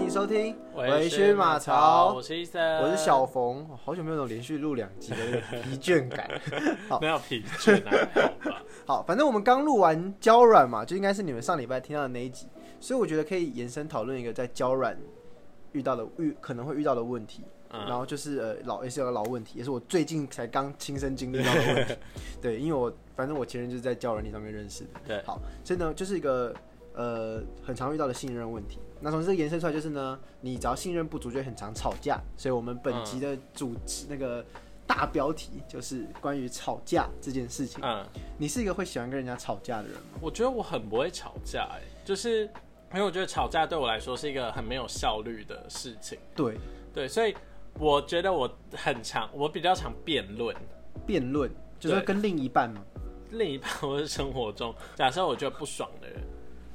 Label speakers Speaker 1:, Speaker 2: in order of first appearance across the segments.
Speaker 1: 迎收听醺
Speaker 2: 微醺
Speaker 1: 马
Speaker 2: 马
Speaker 1: 槽
Speaker 2: 槽，我是医生，
Speaker 1: 我是小冯，哦好久没有那种连续录两集的那种疲倦感。好
Speaker 2: 没有疲倦啊，好吧？
Speaker 1: 好，反正我们刚录完胶软嘛，就应该是你们上礼拜听到的那一集，所以我觉得可以延伸讨论一个在胶软遇到的遇可能会遇到的问题，然
Speaker 2: 嗯，
Speaker 1: 后就是呃老也是有个老问题，也是我最近才刚亲身经历到的问题。对，因为我反正我前任就是在胶软体上面认识的。
Speaker 2: 对，
Speaker 1: 好，所以呢，就是一个呃很常遇到的信任问题。那从这个延伸出来就是呢，你只要信任不足，就会很常吵架。所以我们本
Speaker 2: 嗯
Speaker 1: 集的主、那个大标题就是关于吵架这件事情。
Speaker 2: 嗯，
Speaker 1: 你是一个会喜欢跟人家吵架的人吗？
Speaker 2: 我觉得我很不会吵架、哎，就是因为我觉得吵架对我来说是一个很没有效率的事情，
Speaker 1: 对，
Speaker 2: 对，所以我觉得我很常，我比较常辩论。
Speaker 1: 辩论就是
Speaker 2: 对
Speaker 1: 跟另一半嘛，
Speaker 2: 另一半，我是生活中 假设我觉得不爽的人，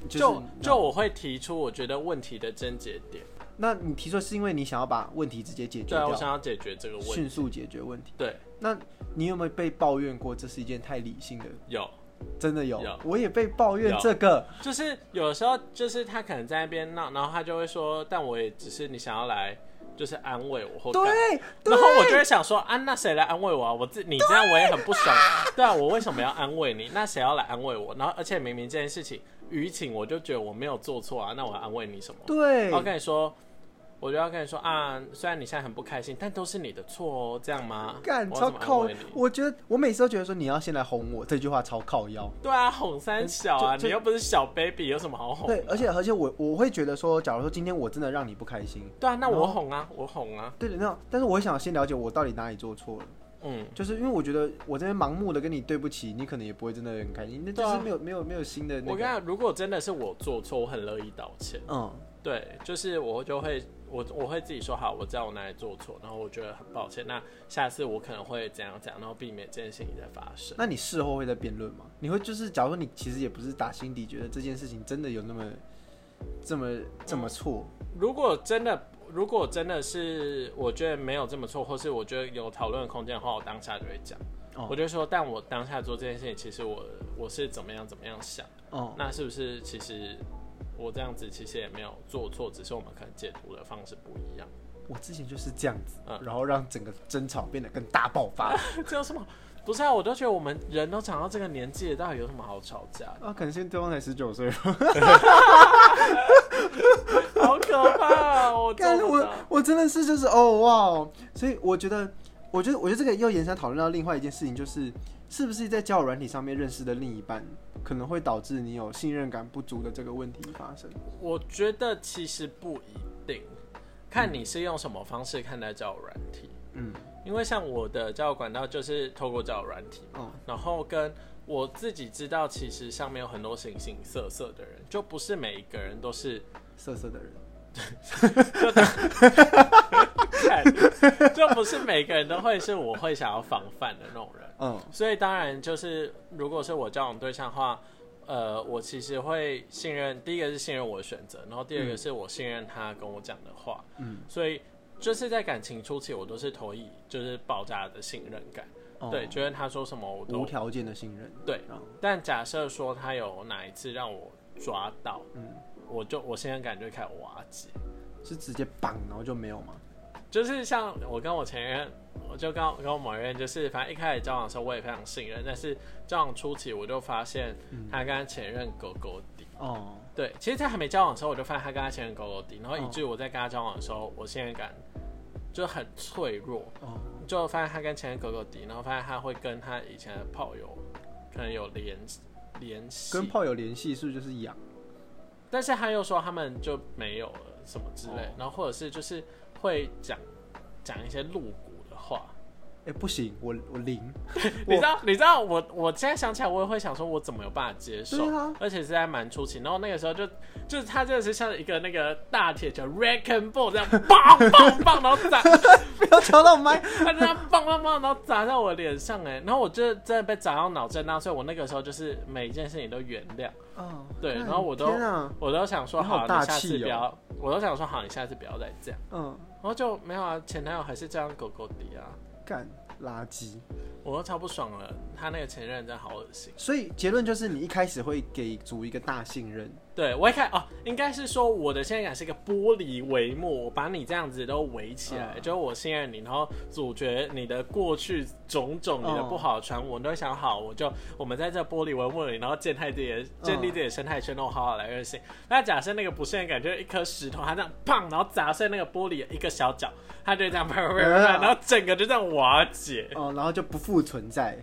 Speaker 1: 就是
Speaker 2: 就就我会提出我觉得问题的症结点，
Speaker 1: 那你提出是因为你想要把问题直接解决
Speaker 2: 对啊，
Speaker 1: 掉，
Speaker 2: 我想要解决这个问题。
Speaker 1: 迅速解决问题。
Speaker 2: 对，
Speaker 1: 那你有没有被抱怨过这是一件太理性的？
Speaker 2: 有，
Speaker 1: 真的有，
Speaker 2: 有
Speaker 1: 我也被抱怨
Speaker 2: 有
Speaker 1: 这个。
Speaker 2: 就是有时候就是他可能在那边闹，然后他就会说，但我也只是你想要来就是安慰我或干嘛
Speaker 1: 对，对
Speaker 2: 然后我就会想说啊，那谁来安慰我啊？我自你这样我也很不爽，对啊，我为什么要安慰你？那谁要来安慰我？然后而且明明这件事情舆情，我就觉得我没有做错啊，那我要安慰你什么？
Speaker 1: 对，
Speaker 2: 然后跟你说，我就要跟你说啊，虽然你现在很不开心，但都是你的错哦，这样吗？
Speaker 1: 干
Speaker 2: 我要
Speaker 1: 超
Speaker 2: 怎么安
Speaker 1: 靠
Speaker 2: 慰你？
Speaker 1: 我觉得我每次都觉得说你要先来哄我，这句话超靠腰。
Speaker 2: 对啊，哄三小啊，
Speaker 1: 就就
Speaker 2: 你又不是小 baby，有什么好哄？
Speaker 1: 对，而且而且我我会觉得说，假如说今天我真的让你不开心，
Speaker 2: 对啊，那
Speaker 1: 然后
Speaker 2: 我哄啊，我哄啊，
Speaker 1: 对的，那但是我想先了解我到底哪里做错了，
Speaker 2: 嗯，
Speaker 1: 就是因为我觉得我这边盲目的跟你对不起，你可能也不会真的很开心，那就
Speaker 2: 对
Speaker 1: 是
Speaker 2: 啊
Speaker 1: 没有没有没有新的那
Speaker 2: 我跟你
Speaker 1: 个，
Speaker 2: 讲，如果真的是我做错，我很乐意道歉。
Speaker 1: 嗯，
Speaker 2: 对，就是我就会我我会自己说好，我知道我哪里做错，然后我觉得很抱歉。那下次我可能会怎样怎样，然后避免这件事情再发生。
Speaker 1: 那你事后会再辩论吗？你会就是假如说你其实也不是打心底觉得这件事情真的有那么这么这么错，
Speaker 2: 如果真的如果真的是我觉得没有这么错，或是我觉得有讨论的空间的话，我当下就会讲，
Speaker 1: 哦
Speaker 2: 我就说，但我当下做这件事情，其实我我是怎么样怎么样想，
Speaker 1: 哦、
Speaker 2: 那是不是其实我这样子其实也没有做错，只是我们可能解读的方式不一样。
Speaker 1: 我之前就是这样子，
Speaker 2: 嗯
Speaker 1: 然后让整个争吵变得更大爆发。
Speaker 2: 这有什么？不是啊，我都觉得我们人都长到这个年纪了，到底有什么好吵架的？
Speaker 1: 啊，可能现在对方才十九岁吧。
Speaker 2: 好可怕、哦！我
Speaker 1: 但
Speaker 2: 真
Speaker 1: 是我我真的是就是哦哇哦，所以我觉得，我觉得，我觉得这个又延伸讨论到另外一件事情，就是是不是在交友软体上面认识的另一半，可能会导致你有信任感不足的这个问题发生。
Speaker 2: 我觉得其实不一定，看你是用什么方式看待交友软体。
Speaker 1: 嗯，
Speaker 2: 因为像我的交友管道就是透过交友软体，
Speaker 1: 哦，
Speaker 2: 然后跟我自己知道，其实上面有很多形形色色的人，就不是每一个人都是
Speaker 1: 色色的人，
Speaker 2: 看， 就不是每个人都会是我会想要防范的那种人。
Speaker 1: 嗯
Speaker 2: 所以当然就是，如果是我交往对象的话，呃，我其实会信任，第一个是信任我的选择，然后第二个是我信任他跟我讲的话，
Speaker 1: 嗯，
Speaker 2: 所以就是在感情初期，我都是投以就是爆炸的信任感，
Speaker 1: 哦
Speaker 2: 对，觉得他说什么我
Speaker 1: 无
Speaker 2: 都
Speaker 1: 条件的信任，
Speaker 2: 对
Speaker 1: 然后，
Speaker 2: 但假设说他有哪一次让我抓到，
Speaker 1: 嗯，
Speaker 2: 我就我信任感就会开始瓦解，
Speaker 1: 是直接绑，然后就没有吗？
Speaker 2: 就是像我跟我前任，我就跟我跟我某人，就是反正一开始交往的时候我也非常信任，但是交往初期我就发现
Speaker 1: 嗯
Speaker 2: 他跟他前任狗狗底。
Speaker 1: 哦，
Speaker 2: 对，其实，在还没交往的时候，我就发现他跟他前任狗狗底，然后
Speaker 1: 哦
Speaker 2: 以至于我在跟他交往的时候，我现在感就很脆弱，
Speaker 1: 哦，
Speaker 2: 就发现他跟前任狗狗底，然后发现他会跟他以前的炮友可能有联联系，
Speaker 1: 跟炮友联系是不是就是痒？
Speaker 2: 但是他又说他们就没有了什么之类，
Speaker 1: 哦
Speaker 2: 然后或者是就是会讲讲一些露骨的话，
Speaker 1: 哎、不行，我我零，
Speaker 2: 你知道，你知道我我现在想起来，我也会想说，我怎么有办法接受？
Speaker 1: 对啊
Speaker 2: 而且是在蛮出奇。然后那个时候就就是他真的是像一个那个大铁球 wreck and ball 这样 棒棒棒，然后砸，
Speaker 1: 不要敲到麦。
Speaker 2: 他这样棒棒棒，然后砸在我脸上哎、然后我就真的被砸到脑震荡，所以我那个时候就是每一件事情都原谅，
Speaker 1: 哦，
Speaker 2: 对
Speaker 1: 干
Speaker 2: 然后我都
Speaker 1: 天啊，
Speaker 2: 我都想说
Speaker 1: 你好
Speaker 2: 好，
Speaker 1: 大
Speaker 2: 你下次
Speaker 1: 气哦
Speaker 2: 不要，我都想说好，你下次不要再这样。
Speaker 1: 嗯，
Speaker 2: 然后就没有啊，前男友还是这样狗狗底啊，
Speaker 1: 干垃圾。
Speaker 2: 我都超不爽了，他那个前任真的好恶心。
Speaker 1: 所以结论就是，你一开始会给足一个大信任，
Speaker 2: 对，我一看哦，应该是说我的现任感是一个玻璃帷幕，我把你这样子都围起来，
Speaker 1: 嗯
Speaker 2: 就是我信任你，然后主角你的过去种种，你的
Speaker 1: 嗯
Speaker 2: 不好的传闻，我都会想好，我就我们在这玻璃帷幕里，然后建太自己的建立自己的生态圈，然后好好来认识。那假设那个不信任感就是一颗石头，它这样砰，然后砸碎那个玻璃的一个小角，它就这样啪啪啪啪啪，然后整个就这样瓦解。
Speaker 1: 哦，然后就不复存在。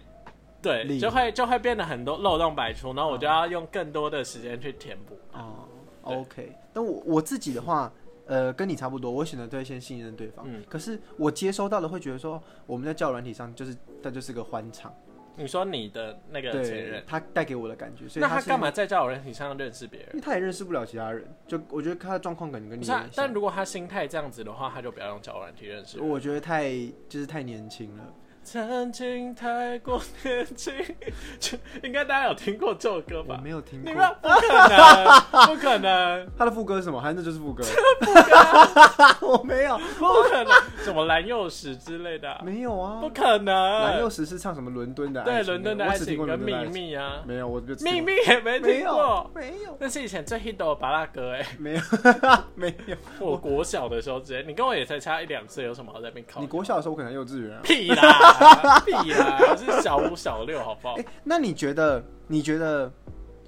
Speaker 2: 对，
Speaker 1: 力
Speaker 2: 就会就会变得很多漏洞百出，然后我就要用更多的时间去填补。
Speaker 1: 哦
Speaker 2: 对
Speaker 1: ，OK。但我我自己的话，呃，跟你差不多，我选择对先信任对方。
Speaker 2: 嗯
Speaker 1: 可是我接收到的会觉得说，我们在教软体上就是，它就是个欢场，
Speaker 2: 你说你的那个前
Speaker 1: 对
Speaker 2: 任，，
Speaker 1: 他带给我的感觉。所以
Speaker 2: 那他
Speaker 1: 是
Speaker 2: 干嘛？在交友软体上认识别人？
Speaker 1: 因为他也认识不了其他人，就我觉得他的状况可能跟
Speaker 2: 不
Speaker 1: 你
Speaker 2: 是
Speaker 1: 有
Speaker 2: 啊
Speaker 1: 点，
Speaker 2: 但
Speaker 1: 像。
Speaker 2: 如果他心态这样子的话，他就不要用交友软体认识人。
Speaker 1: 我觉得太就是太年轻了，
Speaker 2: 曾经太过年轻，就应该大家有听过这首歌
Speaker 1: 我
Speaker 2: 吧？
Speaker 1: 没有听
Speaker 2: 你
Speaker 1: 过。
Speaker 2: 们不可能，不可能，
Speaker 1: 他的副歌是什么？还是那就是副歌？
Speaker 2: 啊
Speaker 1: 我没有，
Speaker 2: 不可能，什么蓝幼时之类的啊，
Speaker 1: 没有啊
Speaker 2: 不。可
Speaker 1: 蓝
Speaker 2: 能
Speaker 1: 又。时是唱什么伦敦的爱
Speaker 2: 呃对，
Speaker 1: 情
Speaker 2: 伦敦的
Speaker 1: 我
Speaker 2: 爱
Speaker 1: 只听
Speaker 2: 情
Speaker 1: 过
Speaker 2: 跟
Speaker 1: 伦敦的
Speaker 2: 秘
Speaker 1: 爱情，
Speaker 2: 密啊，
Speaker 1: 没有，我就只
Speaker 2: 秘
Speaker 1: 听过
Speaker 2: 密也没
Speaker 1: 没
Speaker 2: 听
Speaker 1: 有
Speaker 2: 过，，
Speaker 1: 没有，
Speaker 2: 那是以前最 hit 的巴拉歌哎。
Speaker 1: 没有， 没有。
Speaker 2: 我国小的时候直接，你跟我也才差一两岁，有什么好在那边考虑？
Speaker 1: 你国小的时候，我可能还幼稚园啊。
Speaker 2: 屁 啦，屁啦，是小五小六，好不好
Speaker 1: 哎、？那你觉得？你觉得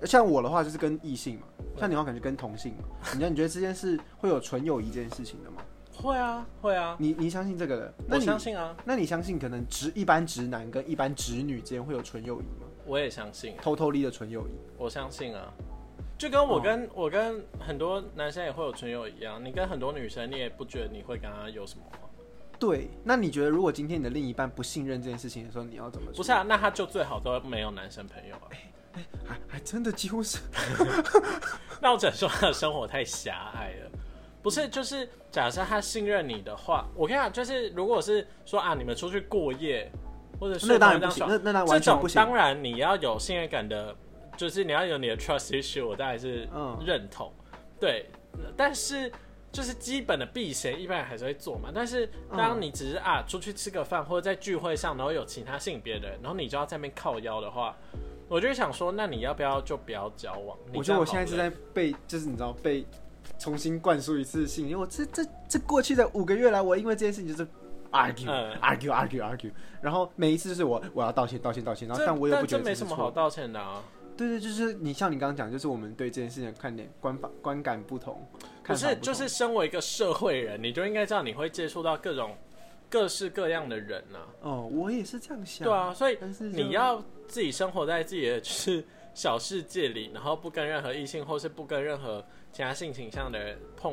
Speaker 1: 像我的话，就是跟异性嘛，像你的话，可能就跟同性嘛。你觉得你觉得这件事会有纯友谊这件事情的吗？
Speaker 2: 会啊，会啊，
Speaker 1: 你你相信这个的？那
Speaker 2: 我
Speaker 1: 你
Speaker 2: 相信啊，
Speaker 1: 那你相信可能直一般直男跟一般直女之间会有纯友谊吗？
Speaker 2: 我也相信，
Speaker 1: 偷偷离的纯友谊？
Speaker 2: 我相信啊。就跟
Speaker 1: 哦
Speaker 2: 我跟、我跟很多男生也会有纯友一样，你跟很多女生，你也不觉得你会跟她有什么吗
Speaker 1: 对，那你觉得如果今天你的另一半不信任这件事情的时候，你要怎么说？
Speaker 2: 不是啊，那他就最好都没有男生朋友啊。
Speaker 1: 哎还还真的几乎是
Speaker 2: 那我只能说他的生活太狭隘了。不是，就是假设他信任你的话，我跟你讲，就是如果是说啊，你们出去过夜，或者是
Speaker 1: 那当然不行，那那那
Speaker 2: 这
Speaker 1: 完全
Speaker 2: 种
Speaker 1: 不行。
Speaker 2: 当然你要有信任感的，就是你要有你的 trust issue，我当然是
Speaker 1: 嗯
Speaker 2: 认同。对，但是就是基本的避嫌，一般人还是会做嘛。但是当你只是啊出去吃个饭，或者在聚会上，然后有其他性别的人，然后你就要在那边靠腰的话，我就会想说，那你要不要就不要交往？你
Speaker 1: 我
Speaker 2: 这
Speaker 1: 觉得
Speaker 2: 样
Speaker 1: 我
Speaker 2: 好
Speaker 1: 现在
Speaker 2: 了
Speaker 1: 是在被，就是你知道被重新灌输一次信，因为我这这这过去的五个月来，我因为这件事情就是 argue、
Speaker 2: 嗯
Speaker 1: argue argue argue，然后每一次就是我我要道歉道歉道歉，然后
Speaker 2: 这
Speaker 1: 但我也不觉
Speaker 2: 这
Speaker 1: 得
Speaker 2: 没
Speaker 1: 这是
Speaker 2: 什么
Speaker 1: 错
Speaker 2: 好道歉的啊。
Speaker 1: 对对，就是你像你刚刚讲，就是我们对这件事情的看点观法观感不同，
Speaker 2: 可
Speaker 1: 看法
Speaker 2: 是
Speaker 1: 不同
Speaker 2: 就是身为一个社会人，你就应该知道你会接触到各种各式各样的人呐、
Speaker 1: 哦，我也是这样想，
Speaker 2: 对，啊，所以
Speaker 1: 但是就
Speaker 2: 你要自己生活在自己的就是小世界里，然后不跟任何异性或是不跟任何其他性倾向的人碰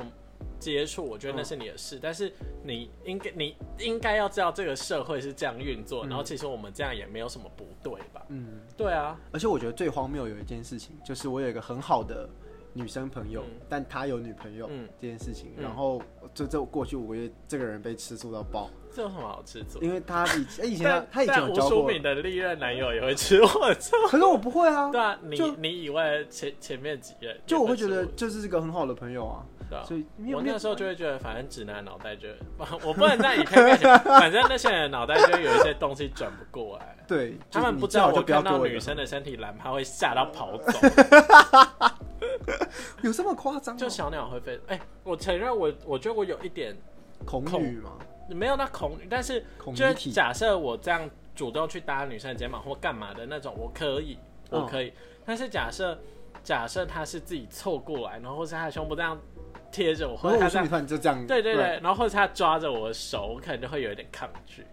Speaker 2: 接触，我觉得那是你的事。但是你应该你应该要知道这个社会是这样运作，然后其实我们这样也没有什么不对吧？
Speaker 1: 嗯，
Speaker 2: 对啊，
Speaker 1: 而且我觉得最荒谬有一件事情，就是我有一个很好的女生朋友，
Speaker 2: 嗯
Speaker 1: 但她有女朋友、
Speaker 2: 嗯
Speaker 1: 这件事情，
Speaker 2: 嗯
Speaker 1: 然后这这过去五个月，这个人被吃醋到爆。
Speaker 2: 这有什么好吃醋？
Speaker 1: 因为他以前以前他
Speaker 2: 但
Speaker 1: 他以前
Speaker 2: 但
Speaker 1: 有
Speaker 2: 吴
Speaker 1: 教
Speaker 2: 淑
Speaker 1: 过，
Speaker 2: 敏的历任男友也会吃我醋。
Speaker 1: 可是我不会啊
Speaker 2: 对，啊，你
Speaker 1: 就
Speaker 2: 你以外前前面几任，
Speaker 1: 就我会
Speaker 2: 也
Speaker 1: 觉
Speaker 2: 是
Speaker 1: 得这是一个很好的朋友啊，
Speaker 2: 对啊
Speaker 1: 所以没有
Speaker 2: 我
Speaker 1: 没有
Speaker 2: 那时候就会觉得，反正直男脑袋就， 我不能在以偏概全，反正那些人脑袋就有一些东西转不过来。
Speaker 1: 对，就
Speaker 2: 他
Speaker 1: 是
Speaker 2: 们
Speaker 1: 你
Speaker 2: 不知
Speaker 1: 最
Speaker 2: 道
Speaker 1: 好
Speaker 2: 我
Speaker 1: 就不要
Speaker 2: 看
Speaker 1: 给
Speaker 2: 到
Speaker 1: 我
Speaker 2: 女
Speaker 1: 一个
Speaker 2: 生的身体蓝，他会吓到跑走，
Speaker 1: 有这么夸张吗？
Speaker 2: 就小鸟会飞。哎、我承认我，我觉得我有一点
Speaker 1: 恐女嘛，
Speaker 2: 没有那恐惧，但是
Speaker 1: 恐
Speaker 2: 就
Speaker 1: 女
Speaker 2: 是
Speaker 1: 体
Speaker 2: 假设我这样主动去搭女生的肩膀或干嘛的那种，我可以，
Speaker 1: 嗯
Speaker 2: 我可以。但是假设假设他是自己凑过来，然后或是他的胸部这样贴着我，或
Speaker 1: 然
Speaker 2: 者
Speaker 1: 后哦我
Speaker 2: 他这
Speaker 1: 说
Speaker 2: 样
Speaker 1: 你突然就这样，
Speaker 2: 对对对，，然后或者他抓着我的手，我可能就会有一点抗拒，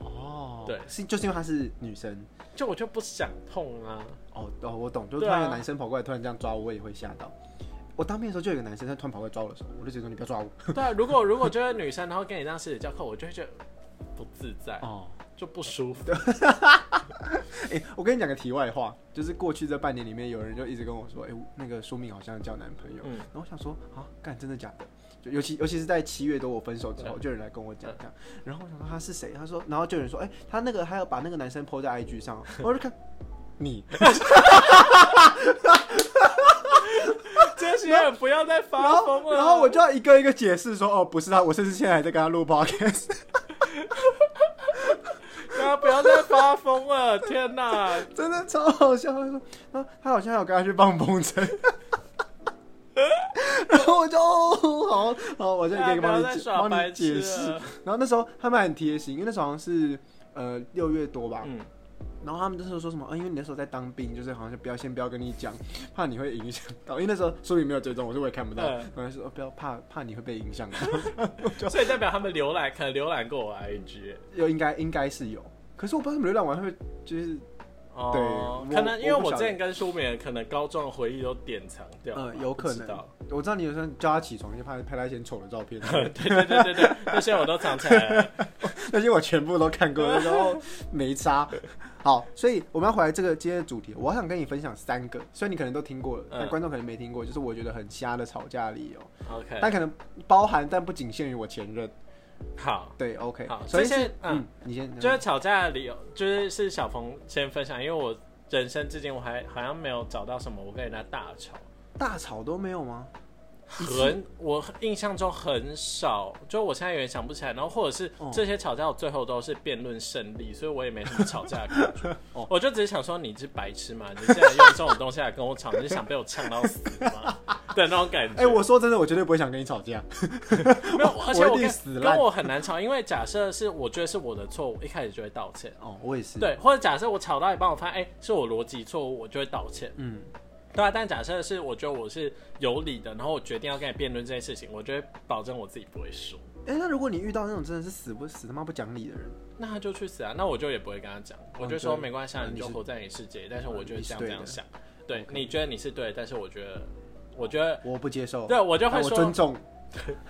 Speaker 1: 哦，
Speaker 2: 对
Speaker 1: 是就是因为她是女生，
Speaker 2: 就我就不想碰 啊。
Speaker 1: 哦哦，我懂，就突
Speaker 2: 对啊
Speaker 1: 然有男生跑过来突然这样抓我，我也会吓到。我当面的时候就有一个男生，他突然跑过来抓我的手，我就直接说你不要抓我。
Speaker 2: 对啊，如果如果就是女生，然后跟你这样狮子交扣，我就会觉得不自在，
Speaker 1: 哦，
Speaker 2: 就不舒服。
Speaker 1: 哎、我跟你讲个题外话，就是过去这半年里面，有人就一直跟我说，哎、那个舒敏好像交男朋友。
Speaker 2: 嗯，
Speaker 1: 然后我想说啊，干真的假的？就尤其尤其是在七月多我分手之
Speaker 2: 嗯
Speaker 1: 后，就有人来跟我讲这样。然后我想说他是谁？他说，然后就有人说，哎、他那个还要把那个男生 PO 在 IG 上，我就看 你，
Speaker 2: 这些人不要再
Speaker 1: 然
Speaker 2: 发疯
Speaker 1: 后
Speaker 2: 了。
Speaker 1: 然后我就要一个一个解释说，哦，不是他，我甚至现在还在跟他录 podcast，
Speaker 2: 大家不要再发疯 了，天哪！
Speaker 1: 真的超好笑。他说，啊，他好像还有跟他去放风筝，我就哦，好好，我这里可以帮
Speaker 2: 不
Speaker 1: 你
Speaker 2: 要再
Speaker 1: 解
Speaker 2: 耍
Speaker 1: 帮
Speaker 2: 白
Speaker 1: 你解
Speaker 2: 痴
Speaker 1: 释。
Speaker 2: 了。
Speaker 1: 然后那时候他们还很贴心，因为那时候好像是呃六月多吧，
Speaker 2: 嗯，
Speaker 1: 然后他们那时候说什么？啊，因为你那时候在当兵，就是好像就不要先不要跟你讲，怕你会影响到。因为那时候说明没有追踪，我说我也看不到，
Speaker 2: 嗯
Speaker 1: 然后就说、哦、不要怕，怕你会被影响到。
Speaker 2: 所以代表他们浏览，可能浏览过我 IG。
Speaker 1: 有应该应该是有，可是我不知道怎么浏览完会就是
Speaker 2: 哦，
Speaker 1: 对
Speaker 2: 可
Speaker 1: 我
Speaker 2: 能因为
Speaker 1: 我不
Speaker 2: 我
Speaker 1: 晓
Speaker 2: 之
Speaker 1: 得
Speaker 2: 前跟舒眠可能高中的回忆都典藏掉了吧，
Speaker 1: 呃有
Speaker 2: 不
Speaker 1: 可
Speaker 2: 知
Speaker 1: 能
Speaker 2: 道
Speaker 1: 我知道你有时候叫他起床就拍拍他一些很丑的照片，
Speaker 2: 对对对对对，那些我都藏起 来了。
Speaker 1: 那些我全部都 看过，然后没差。好，所以我们要回来这个今天的主题，我想跟你分享三个，虽然你可能都听过了，但
Speaker 2: 嗯
Speaker 1: 观众可能没听过，就是我觉得很瞎的吵架理由，
Speaker 2: OK，
Speaker 1: 但可能包含但不仅限于我前任。
Speaker 2: 好，
Speaker 1: 对，OK，
Speaker 2: 好
Speaker 1: 首
Speaker 2: 这
Speaker 1: 先
Speaker 2: 些
Speaker 1: 是
Speaker 2: 嗯
Speaker 1: 嗯，你先
Speaker 2: 就是吵架的理由，就是是小冯先分享，因为我人生至今我还好像没有找到什么我跟人家大吵，
Speaker 1: 大吵都没有吗？一次
Speaker 2: 很我印象中很少，就我现在有点想不起来。然后或者是
Speaker 1: 哦
Speaker 2: 这些吵架，我最后都是辩论胜利，所以我也没什么吵架的感觉。
Speaker 1: 哦
Speaker 2: 我就只是想说，你是白痴吗？你现在用这种东西来跟我吵，你是想被我呛到死 吗？的那种感觉。
Speaker 1: 哎、我说真的，我绝对不会想跟你吵架。
Speaker 2: 嗯没有，而且我
Speaker 1: 我一定
Speaker 2: 跟
Speaker 1: 死烂
Speaker 2: 跟我很难吵，因为假设是我觉得是我的错误，一开始就会道歉。
Speaker 1: 哦，我也是。，
Speaker 2: 对，或者假设我吵到一半，我发现哎、是我逻辑错误，我就会道歉。
Speaker 1: 嗯，
Speaker 2: 对啊，但假设是我觉得我是有理的，然后我决定要跟你辩论这件事情，我就会保证我自己不会输。
Speaker 1: 哎、那如果你遇到那种真的是死不死他妈不讲理的人，
Speaker 2: 那他就去死啊！那我就也不会跟他讲，我就
Speaker 1: 哦对
Speaker 2: 说没关系，啊，
Speaker 1: 嗯
Speaker 2: 你
Speaker 1: 你
Speaker 2: 就是活在你世界里。但是
Speaker 1: 嗯
Speaker 2: 我就
Speaker 1: 你
Speaker 2: 这
Speaker 1: 是
Speaker 2: 样这
Speaker 1: 对
Speaker 2: 样
Speaker 1: 的
Speaker 2: 想，对，你觉得你是对，但是我觉得，我 觉得，
Speaker 1: 我不接受。
Speaker 2: 对我就
Speaker 1: 但
Speaker 2: 会
Speaker 1: 我
Speaker 2: 说，
Speaker 1: 尊重。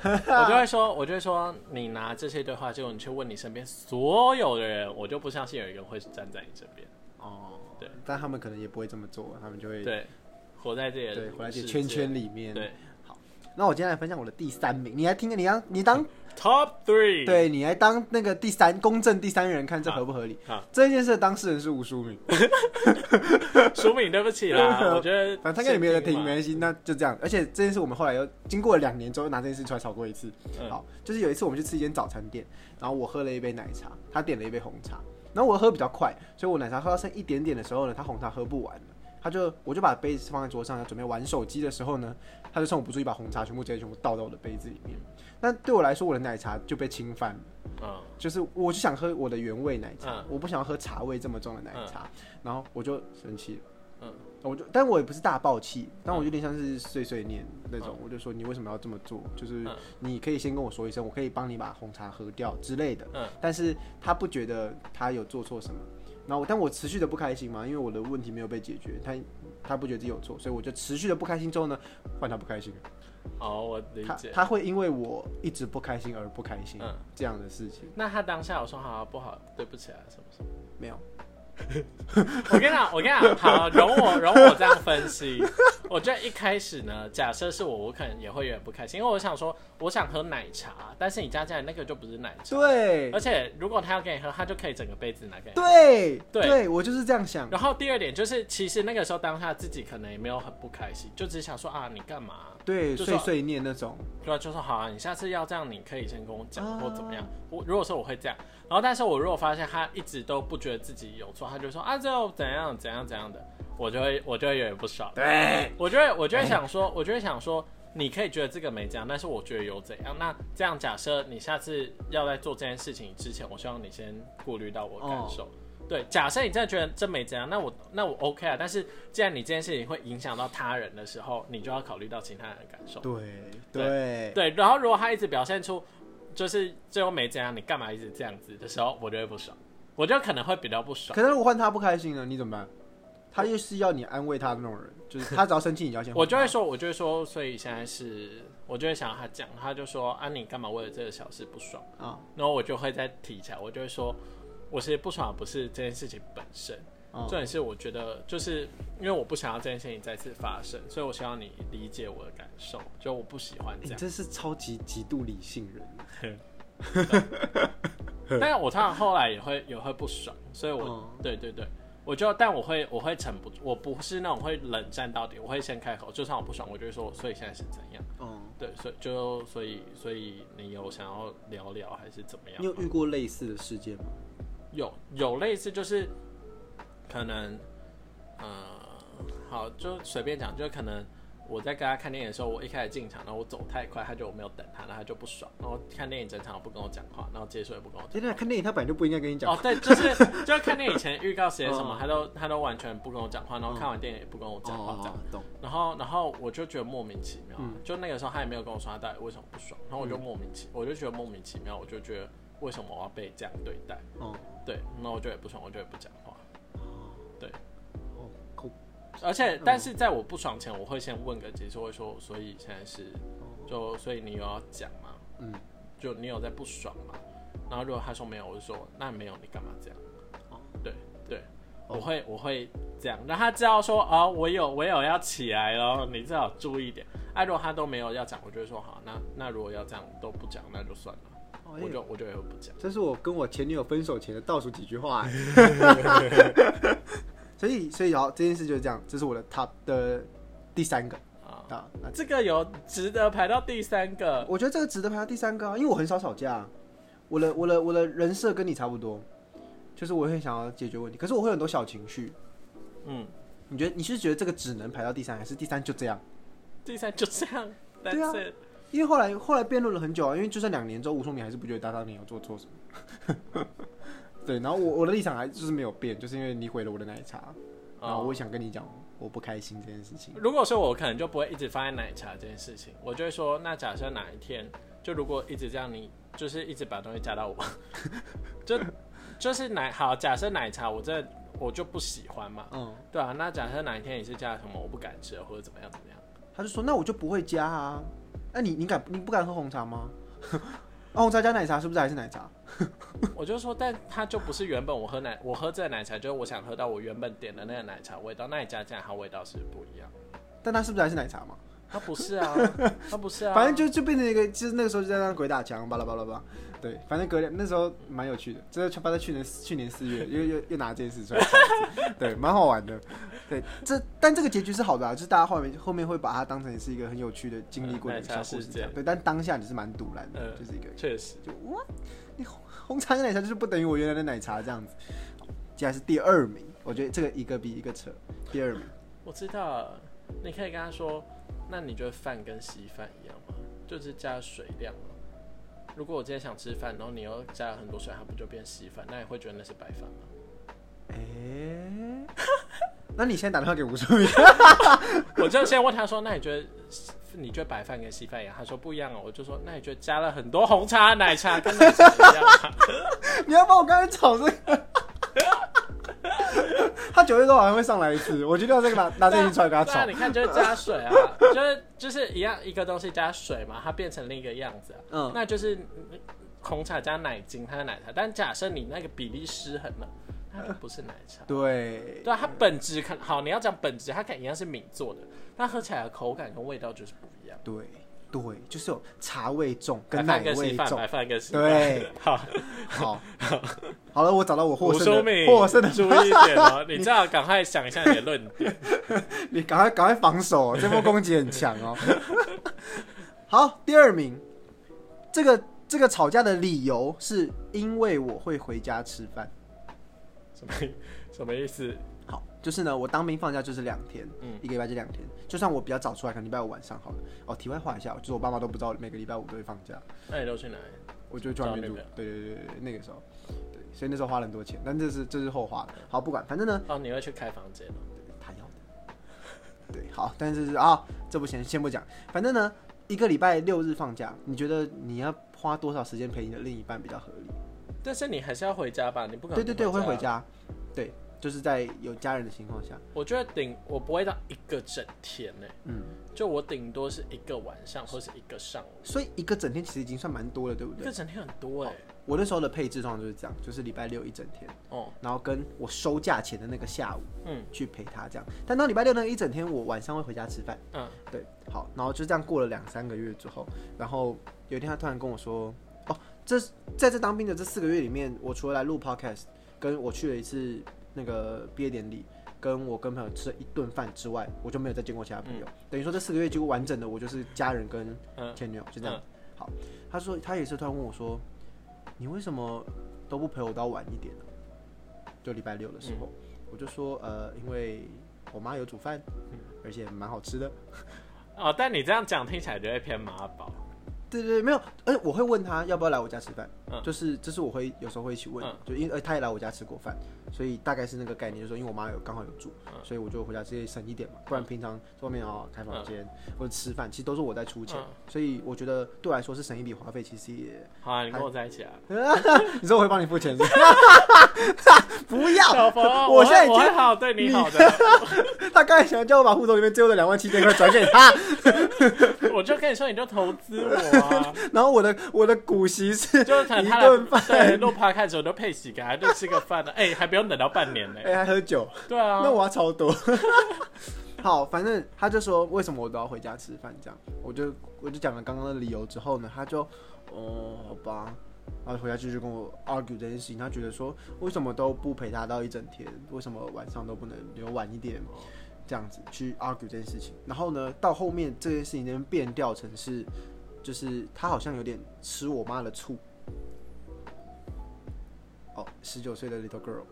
Speaker 2: 我就会说，我就会说，你拿这些对话，结果你去问你身边所有的人，我就不相信有一个人会站在你这边。
Speaker 1: 哦，
Speaker 2: 对，
Speaker 1: 但他们可能也不会这么做，他们就会
Speaker 2: 对，活在这里，
Speaker 1: 对回来这圈。圈里面。
Speaker 2: 对
Speaker 1: 那我今天来分享我的第三名，你来听，你当你 当
Speaker 2: ，Top Three，，
Speaker 1: 对你来当那个第三公正第三人，看这合不合理
Speaker 2: 好好？
Speaker 1: 这件事的当事人是吴淑 敏，
Speaker 2: 淑敏，对不起啦，我觉得
Speaker 1: 反正他根本没有在听，
Speaker 2: 嘛
Speaker 1: 没关系，那就这样。而且这件事我们后来又经过了两年之后，拿这件事出来吵过一次。
Speaker 2: 嗯
Speaker 1: 好，就是有一次我们去吃一间早餐店，然后我喝了一杯奶茶，他点了一杯红茶，然后我喝比较快，所以我奶茶喝到剩一点点的时候呢，他红茶喝不完了。他就，我就把杯子放在桌上，要准备玩手机的时候呢，他就趁我不注意把红茶全部直接全部倒到我的杯子里面。那对我来说，我的奶茶就被侵犯了。
Speaker 2: 嗯，
Speaker 1: 就是我就想喝我的原味奶茶，
Speaker 2: 嗯
Speaker 1: 我不想要喝茶味这么重的奶茶，然后我就生气了，
Speaker 2: 嗯
Speaker 1: 我就，但我也不是大暴气，但我有点像是碎碎念那种，我就说你为什么要这么做？就是
Speaker 2: 嗯
Speaker 1: 你可以先跟我说一声，我可以帮你把红茶喝掉之类的，
Speaker 2: 嗯
Speaker 1: 但是他不觉得他有做错什么，然后我但我持续的不开心嘛，因为我的问题没有被解决，他他不觉得自己有错，所以我就持续的不开心之后呢，换他不开心，
Speaker 2: 好，我理
Speaker 1: 他
Speaker 2: 解。
Speaker 1: 他会因为我一直不开心而不开心，
Speaker 2: 嗯
Speaker 1: 这样的事情
Speaker 2: 那他当下我说好啊不好，对不起啊，什么什么。
Speaker 1: 没有。
Speaker 2: 我跟你讲，我跟你讲，好，容我容我这样分析。我觉得一开始呢，假设是我，我可能也会有点不开心，因为我想说，我想喝奶茶，但是你加进来那个就不是奶茶，
Speaker 1: 对
Speaker 2: 而且如果他要给你喝，他就可以整个杯子拿给你。
Speaker 1: 对
Speaker 2: 对
Speaker 1: 我就是这样想。
Speaker 2: 然后第二点就是，其实那个时候当下自己可能也没有很不开心，就只想说啊，你干嘛、
Speaker 1: 对，
Speaker 2: 就
Speaker 1: 碎
Speaker 2: 说
Speaker 1: 碎念那种，
Speaker 2: 对啊，就说好啊，你下次要这样，你可以先跟我讲、
Speaker 1: 啊
Speaker 2: 或怎么样。我如果说我会这样，然后但是我如果发现他一直都不觉得自己有错，他就说啊，这又怎样怎样怎样的，我就会我就会有点不爽。
Speaker 1: 对，哎
Speaker 2: 我就会我就会想说，我就会想说，你可以觉得这个没这样，但是我觉得有怎样。那这样假设你下次要在做这件事情之前，我希望你先顾虑到我的感受。
Speaker 1: 哦
Speaker 2: 对，假设你真的觉得真没怎样，那我那我 OK 啊。但是既然你这件事情会影响到他人的时候，你就要考虑到其他人的感受。
Speaker 1: 对对
Speaker 2: 对，然后如果他一直表现出就是最后没怎样，你干嘛一直这样子的时候，我就会不爽，我就可能会比较不爽。
Speaker 1: 可是如果换他不开心了，你怎么办？他又是要你安慰他的那种 人，就是他只要生气，你就要先
Speaker 2: 我
Speaker 1: 哄
Speaker 2: 就
Speaker 1: 他。
Speaker 2: 会说，我就会说，所以现在是，我就会想要他讲，他就说啊，你干嘛为了这个小事不爽？
Speaker 1: 啊
Speaker 2: 然后我就会再提起来，我就会说，我其实不爽的不是这件事情本身，
Speaker 1: 啊
Speaker 2: 重，点是我觉得就是因为我不想要这件事情再次发生，所以我希望你理解我的感受，就我不喜欢这
Speaker 1: 你
Speaker 2: 样。
Speaker 1: 欸真是超级极度理性人。
Speaker 2: 但是我通常后来也会也会不爽，所以我、
Speaker 1: 嗯
Speaker 2: 对对对，我就但我会我会沉不住，我不是那种会冷战到底，我会先开口，就算我不爽，我就会说，所以现在是怎样？
Speaker 1: 嗯，
Speaker 2: 对，所以就所以所以你有想要聊聊还是怎么样
Speaker 1: 你？有遇过类似的事件吗？
Speaker 2: 哦有有类似就是可能，呃，好就随便讲，就可能我在跟他看电影的时候，我一开始进场，然后我走太快，他就我没有等他，然后他就不爽，然后看电影整场不跟我讲话，然后结束也不跟我
Speaker 1: 哎，那看电影他本来就不应该跟你讲。
Speaker 2: 哦，对，就是就是看电影前预告写什么
Speaker 1: 嗯，
Speaker 2: 他都他都完全不跟我讲话，然后看完电影也不跟我讲话，这样。
Speaker 1: 哦，懂。
Speaker 2: 然后然后我就觉得莫名其妙，
Speaker 1: 嗯
Speaker 2: 就那个时候他也没有跟我说他到底为什么不爽，然后我就莫名其，我就觉得莫名其妙，我就觉得为什么我要被这样对待？
Speaker 1: 哦，
Speaker 2: 对，那我就也不爽，我就也不讲话。
Speaker 1: 哦，酷
Speaker 2: 而且
Speaker 1: 嗯，
Speaker 2: 但是在我不爽前，我会先问个结束，会说，所以现在是
Speaker 1: 哦
Speaker 2: 就，所以你有要讲吗？
Speaker 1: 嗯，
Speaker 2: 就你有在不爽吗？然后如果他说没有，我就说那没有，你干嘛这样
Speaker 1: 哦？
Speaker 2: 对对，
Speaker 1: 哦
Speaker 2: 我会我会这样，让他知道说啊、我有我有要起来了，你最好注意一点。哎、如果他都没有要讲，我就会说好，那那如果要这样都不讲，那就算了，
Speaker 1: 哦
Speaker 2: 我
Speaker 1: 哎
Speaker 2: 就我就也不讲。
Speaker 1: 这是我跟我前女友分手前的倒数几句话、哎所以，所以然后这件事就是这样，这是我的 top 的第三个
Speaker 2: 啊，
Speaker 1: 啊。那
Speaker 2: 这个有值得排到第三个，
Speaker 1: 啊我觉得这个值得排到第三个、啊，因为我很少吵架、我的我的我的人设跟你差不多，就是我会想要解决问题，可是我会有很多小情绪。
Speaker 2: 嗯，
Speaker 1: 你觉得你是觉得这个只能排到第三，还是第三就这样？
Speaker 2: 第三就这样，但
Speaker 1: 对啊
Speaker 2: 是
Speaker 1: 因为后来后来辩论了很久啊，因为就算两年之后，吴松明还是不觉得他当年有做错什么。 对，然后我我的立场还就是没有变，就是因为你毁了我的奶茶，
Speaker 2: 啊
Speaker 1: 然后我想跟你讲我不开心这件事情。
Speaker 2: 哦如果说我可能就不会一直放在奶茶这件事情，我就会说，那假设哪一天，就如果一直这样，你就是一直把东西加到我， 就就是奶好，假设奶茶我这我就不喜欢嘛，
Speaker 1: 嗯，
Speaker 2: 对啊，那假设哪一天你是加了什么我不敢吃了或者怎么样怎么样，
Speaker 1: 他就说那我就不会加啊，那、你你敢你不敢喝红茶吗？ 啊，红茶加奶茶是不是还是奶茶？
Speaker 2: 我就说，但它就不是原本我喝奶我喝这个奶茶，就是我想喝到我原本点的那个奶茶味道，那你加进来它味道是不一样，
Speaker 1: 但它是不是还是奶茶嘛？
Speaker 2: 它不是啊，它不是啊，
Speaker 1: 反正就就变成一个，就是那个时候就在那鬼打墙，巴拉巴拉巴拉。对，反正隔两那时候蛮有趣的，这是发在去年去年四月又又又拿这件事出来吵一次，对，蛮好玩的。对，这但这个结局是好的啊，就是大家后面后面会把它当成是一个很有趣的经历过的
Speaker 2: 嗯奶
Speaker 1: 小
Speaker 2: 茶
Speaker 1: 故事
Speaker 2: 事
Speaker 1: 这样。
Speaker 2: 件
Speaker 1: 对，但当下你是蛮堵然的，
Speaker 2: 嗯
Speaker 1: 就是一个
Speaker 2: 确实，
Speaker 1: 就哇，你红红茶跟奶茶就是不等于我原来的奶茶这样子。好接下来是第二名，我觉得这个一个比一个扯。第二名，
Speaker 2: 我知道了，你可以跟他说，那你觉得饭跟稀饭一样吗？就是加水量吗如果我今天想吃饭，然后你又加了很多水，它不就变稀饭？那你会觉得那是白饭吗？
Speaker 1: 哎、那你现在打电话给吴淑仪，
Speaker 2: 我就先问他说，那你觉得你觉得白饭跟稀饭一样？他说不一样哦。我就说，那你觉得加了很多红茶、奶茶跟奶茶一样吗？
Speaker 1: 你要帮我刚才吵这个。 他九月多好像会上来一次，我决定要这个 拿拿这一出 来跟他
Speaker 2: 对啊
Speaker 1: 吵
Speaker 2: 你。看就是加水啊，就是就是一样一个东西加水嘛，它变成另一个样子啊。
Speaker 1: 嗯
Speaker 2: 那就是嗯红茶加奶精，它是奶茶，但假设你那个比例失衡了，它就不是奶茶。
Speaker 1: 对，
Speaker 2: 对啊，它本质看好，你要讲本质，它可能一样是米做的，但喝起来的口感跟味道就是不一样。
Speaker 1: 对，对，就是有茶味重跟
Speaker 2: 白
Speaker 1: 奶
Speaker 2: 饭跟稀
Speaker 1: 味
Speaker 2: 饭，
Speaker 1: 重
Speaker 2: 白。饭跟稀饭。
Speaker 1: 对，
Speaker 2: 好，
Speaker 1: 好，好了，我找到我获
Speaker 2: 吴
Speaker 1: 胜
Speaker 2: 淑
Speaker 1: 的
Speaker 2: 敏，
Speaker 1: 获胜的，
Speaker 2: 注意一点 哦，你最好赶快想一下你的论点。
Speaker 1: 你赶快赶快防守、 哦，这波攻击很强哦。 好，第二名，这个这个吵架的理由是因为我会回家吃饭。
Speaker 2: 什么意什么意思？
Speaker 1: 好，就是呢，我当兵放假就是两天，
Speaker 2: 嗯
Speaker 1: 一个礼拜就两天。就算我比较早出来，可能礼拜五晚上好了。哦，题外话一下，就是我爸妈都不知道每个礼拜五都会放假，
Speaker 2: 那你都去哪里？
Speaker 1: 我就去外面
Speaker 2: 知
Speaker 1: 住
Speaker 2: 道。
Speaker 1: 对对对对对，那个时候，对，所以那时候花了很多钱，但这是这是后话了。好，不管，反正呢，
Speaker 2: 哦，你会去开房间哦。
Speaker 1: 他要的。对，好，但是啊、这不先先不讲，反正呢，一个礼拜六日放假，你觉得你要花多少时间陪你的另一半比较合理？
Speaker 2: 但是你还是要回家吧，你不可
Speaker 1: 对
Speaker 2: 能
Speaker 1: 对对，我
Speaker 2: 不
Speaker 1: 会回
Speaker 2: 家。啊
Speaker 1: 家，对，就是在有家人的情况下，
Speaker 2: 我觉得顶我不会到一个整天呢、
Speaker 1: 嗯，
Speaker 2: 就我顶多是一个晚上或是一个上午，
Speaker 1: 所以一个整天其实已经算蛮多了，对不对
Speaker 2: 一？个整天很多哎、
Speaker 1: 我那时候的配置通常就是这样，就是礼拜六一整天，
Speaker 2: 哦，
Speaker 1: 然后跟我收假前的那个下午
Speaker 2: 嗯
Speaker 1: 去陪他这样。但到礼拜六那一整天，我晚上会回家吃饭。
Speaker 2: 嗯，
Speaker 1: 对，好，然后就这样过了两三个月之后，然后有一天他突然跟我说：“哦，这在这当兵的这四个月里面，我除了来录 podcast，跟我去了一次那个毕业典礼，跟我跟朋友吃了一顿饭之外，我就没有再见过其他朋友。等于说这四个月几乎完整的，我就是家人跟
Speaker 2: 嗯
Speaker 1: 前女友，就这样。好，他说他也是突然问我说：“你为什么都不陪我到晚一点呢、就礼拜六的时候，我就说：“呃，因为我妈有煮饭，而且蛮好吃的。”
Speaker 2: 哦，但你这样讲听起来就会偏妈宝。
Speaker 1: 对对，对没有，而且我会问他要不要来我家吃饭，
Speaker 2: 嗯
Speaker 1: 就是这是我会有时候会一起问，
Speaker 2: 嗯
Speaker 1: 就因为呃他也来我家吃过饭，所以大概是那个概念，就是说因为我妈有刚好有住，
Speaker 2: 嗯
Speaker 1: 所以我就回家直接省一点嘛，不然平常在外面啊开房间、或者吃饭，其实都是我在出
Speaker 2: 嗯
Speaker 1: 钱，所以我觉得对我来说是省一笔花费，其实也，
Speaker 2: 好啊，你跟我在一起啊！
Speaker 1: 你说我会帮你付钱是 吗？不
Speaker 2: 小
Speaker 1: 要，
Speaker 2: 冯，
Speaker 1: 啊我现在已
Speaker 2: 我会
Speaker 1: 经，
Speaker 2: 好对你好 的，
Speaker 1: 他刚才想叫我把户头里面最后的两万七千块转给他，
Speaker 2: 我就跟你说，你就投资我啊！
Speaker 1: 然后我的我的股息是
Speaker 2: 就是可能
Speaker 1: 一
Speaker 2: 他
Speaker 1: 顿
Speaker 2: 来对
Speaker 1: 饭，
Speaker 2: 录 p 开始我都配洗给他，就吃 个饭的，哎，还不用等到半年呢。
Speaker 1: 哎还喝酒。
Speaker 2: 对啊，
Speaker 1: 那我要超多。 好，反正他就说为什么我都要回家吃饭这样，我就我就讲了刚刚的理由之后呢，他就哦好吧，然后回家继续跟我 argue 这件事情，他觉得说为什么都不陪他到一整天，为什么晚上都不能留晚一点，这样子去 argue 这件事情。然后呢，到后面这件事情呢变调成是，就是他好像有点吃我妈的醋。哦，十九岁的 little girl，